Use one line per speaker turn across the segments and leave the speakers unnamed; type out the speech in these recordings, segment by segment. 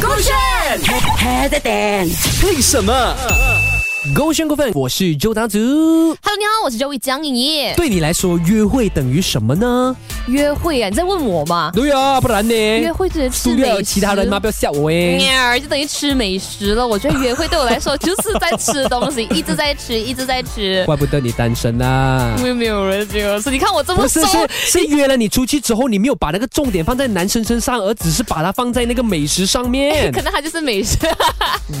勾选 h 的 d
为什么？勾选过分，我是周达祖。
Hello，你好，我是周易江颖怡。
对你来说，约会等于什么呢？
约会啊，你在问我吗？
对啊，不然呢？
约会就是吃
除
美
了
食，嗯
其他人吗？不要吓我哎！
喵儿就等于吃美食了。我觉得约会对我来说就是在吃 东西，一直在吃，一直在吃。
怪不得你单身啊！
因为没有人这样说，你看我这么
不是
瘦，
是是约了你出去之后，你没有把那个重点放在男生身上，而只是把它放在那个美食上面
可。能他就是美食。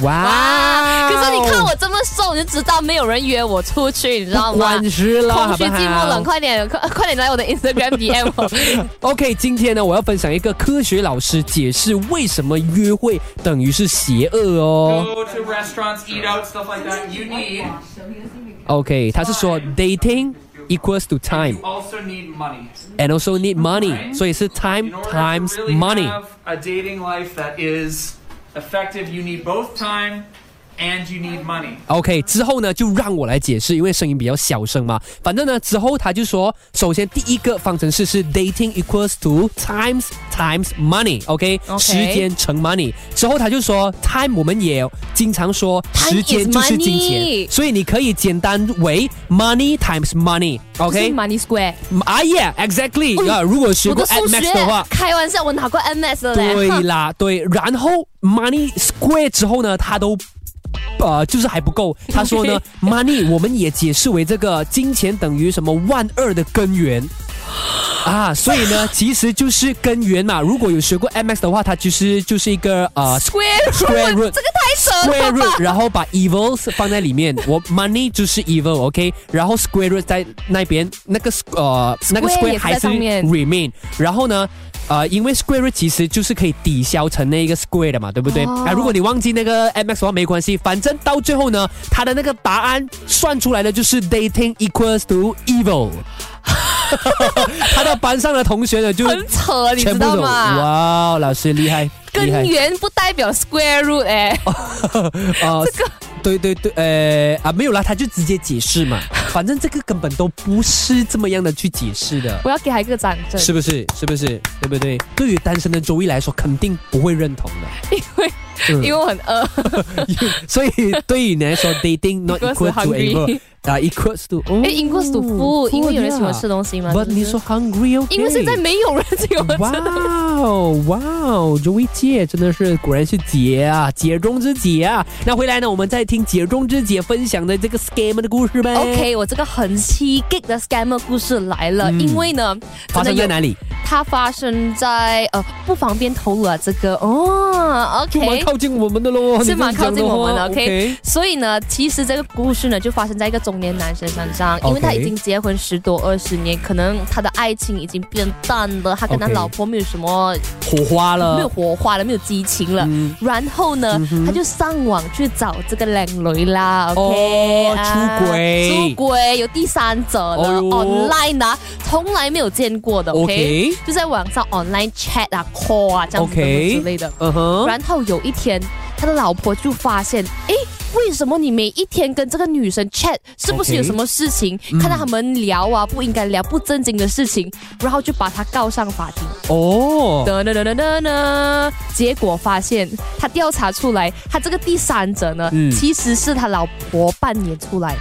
哇！哦啊
可是你看我这么瘦，你就知道没有人约我出去，你知道
不
吗？
管是啦，
空
好不
虚
好
寂寞冷，快点快快点来我的 Instagram DM 我。
OK，今天呢，我要分享一个科学老师解释为什么约会等于是邪恶哦。
go to restaurants, eat out, stuff like that. You need,
OK，他是说 dating equals to time
you also need money.
and also need money，所以是 time
In order
times
to really
money。
have a dating life that is effective, you need both time and you need money.
OK，之后呢就让我来解释，因为声音比较小声嘛。反正呢之后他就说，首先第一个方程式是 dating equals to times times money。OK，,
OK
时间乘 money。之后他就说 time 我们也经常说
Time
时间就是金
is
钱，
money
所以你可以简单为 money times money。
就是
OK，
Money Square，
啊 yeah，exactly
哦你
啊，如果学
我
过
的数
at
学
max 的话。
开玩笑，我拿过 MS 的嘞。
对啦，对，然后 Money Square 之后呢，他都。呃，就是还不够。他说呢，money 我们也解释为这个金钱等于什么万恶的根源啊，所以呢，其实就是根源嘛。如果有学过 MS 的话，它其实就是一个呃
Square
Square root
这个太
square
扯了吧
root，然后 把 evils 放在里面， 我 money 就是 evil，OK，、然后 square root 在那边，那个 squ- 呃那个
Square
square
也
还
在
是
上面
remain，然后呢？呃，因为 square root 其实就是可以抵消成那一个 square 的嘛，对不对？
哦
啊，如果你忘记那个 mx 的话，没关系，反正到最后呢，它的那个答案算出来的就是 dating equals to evil。他的班上的同学呢，就
很扯，你
全
知
部
道
懂。
吗？
哇，老师厉害，厉害
根。源不代表 square root 哎、
哦 啊，这个对对对，呃啊没有啦，他就直接解释 嘛，反正这个根本都不是这么样的去解释的，
我要给他一个掌声，
是不是？是不是？对不对？对于单身的周易来说，肯定不会认同的，
因为、
嗯
因为我很饿，
所以对于你来 说，dating not
Equals to
equal to
hungry
equal 啊 equals to 哦
因为 equals to food，、因为有人喜欢吃
的
东西嘛。
哦，but
是不
你
是
说 hungry OK，
因为现在。没有人喜欢
哇
吃，
哦哇哦，周一姐真的是果然是姐啊，姐中之姐啊！那回来呢，我们再听姐中之姐分享的这个 scam 的故事呗。
OK，我这个很刺激的 scammer 故事来了，因为呢，
嗯发生在哪里？
它发生在呃不方便透露啊，这个哦
就蛮
，OK，
靠近我们的喽，
是蛮靠近我们的
你
OK，,
这样的话
所以呢，其实这个故事呢，就发生在一个中年男生身上，因为他
OK
已经结婚十多二十年，可能他的爱情已经变淡了，他跟他
OK
老婆没有什么
火花
没
了。
有火花了，没有激情了。
嗯
然后呢，他就上网去找这个靓女啦，OK，、啊
哦出轨
出轨有第三者了、
哎呦
o n l i n e 啊，从来没有见过的
OK
就在网上 online chat 啊，call 啊这样子等等
OK
之类的。
嗯哼，
然后有一天，他的老婆就发现，诶，为什么你每一天跟这个女生 chat，是不是
OK
有什么事情？看到他们聊啊，不应该聊不正经的事情，然后就把他告上法庭。
哦，
噔噔噔噔噔噔，结果发现他调查出来，他这个第三者呢，
嗯
其实是他老婆扮演出来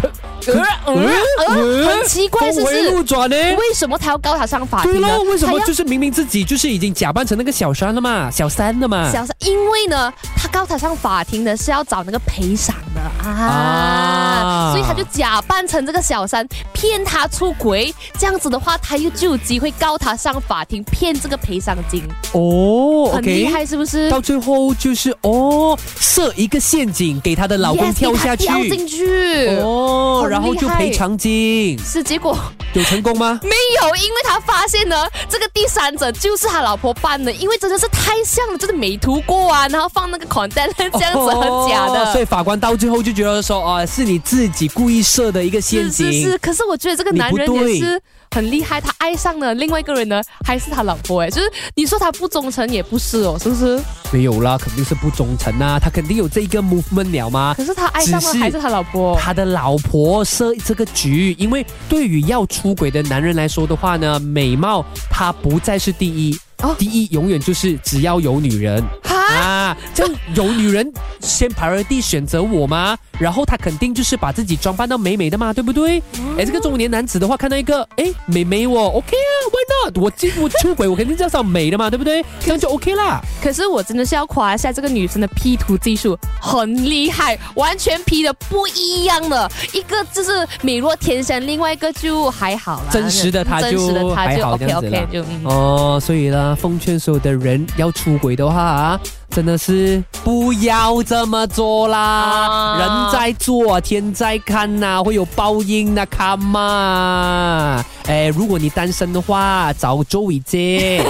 的。呃
嗯
呃
嗯
很奇怪，是
峰
不
回
是？
路转呢。
为什么他要告他上法
对
庭呢
喽，？为什
他
么
要
就是明明自己就是已经假扮成那个小三了嘛，小三了嘛？
想想，因为呢，他告他上法庭呢是要找那个赔偿的啊，
啊
所以他就假扮成这个小三，骗他出轨，这样子的话，他又就有机会告他上法庭，骗这个赔偿金，
哦
很厉害
，OK。
是不是？
到最后就是哦，设一个陷阱给她的老公
Yes，
跳下
给他掉
去
进去。
哦，
很
然后
厉
就
害
赔偿金，
是结果
有成功吗？
没有，因为他发现呢，这个第三者就是他老婆扮的，因为真的是太像了，就是美图过啊，然后放那个 content 这样子很假的。
哦所以法官到最后就觉得说，啊，是你自己故意设的一个陷
是
阱。
是是，可是我觉得这个男人
你不对
也是很厉害，他爱上了另外一个人呢，还是他老婆哎，就是你说他不忠诚也不是哦，是不是？
没有啦，肯定是不忠诚啊，他肯定有这一个 movement 了吗？
可是他爱上
只
了
是
还是他老婆，
他的老婆设这个局，因为对于要出轨的男人来说的话呢，美貌他不再是第一，
哦
第一永远就是只要有女人
哈，
啊，这样有女人先 priority 选择我吗？然后他肯定就是把自己装扮到美美的嘛，对不对？哎，这个中年男子的话，看到一个哎美美我 OK 啊，Why not？我进我出轨，我肯定是要找美的嘛，对不对？这样就 OK 啦。
可是我真的是要夸一下这个女生的 P 图技术很厉害，完全 P 的不一样的，一个就是美若天仙，另外一个就还好啦，嗯
真实的她就
真实的她
还
就
好
OK
这样子啦
OK 就嗯。
哦，所以呢，奉劝所有的人要出轨的话啊，真的是不要这么做啦。
啊
人在做，天在看呐、会有报应的、看嘛。哎，如果你单身的话，找周伟 姐，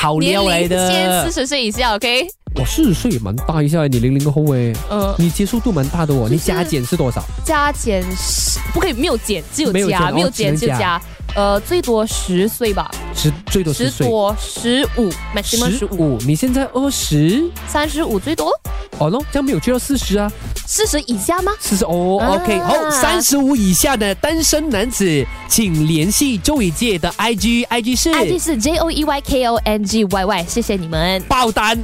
好
年
撩来
龄限
的
四。十岁以下，OK？
我四十岁也蛮大一下，你零零后哎，
嗯，
你接受度蛮大的哦。
是
你加减是多少？
加减十不可以，没有减只有
没有减
加，
哦
没有减
只
就
能
加
加，
呃，最多十岁吧，
十最多十
十
岁。
多十五，maximum 十五，
五，你现在二十，
三十五最多，
哦咯，这样没有去到四十啊。
四十以下吗？
四十哦
啊
，OK，好，三十五以下的单身男子，请联系周以界的 IG，IG 是
IG 是 J O E Y K O N G Y Y，谢谢你们。
爆单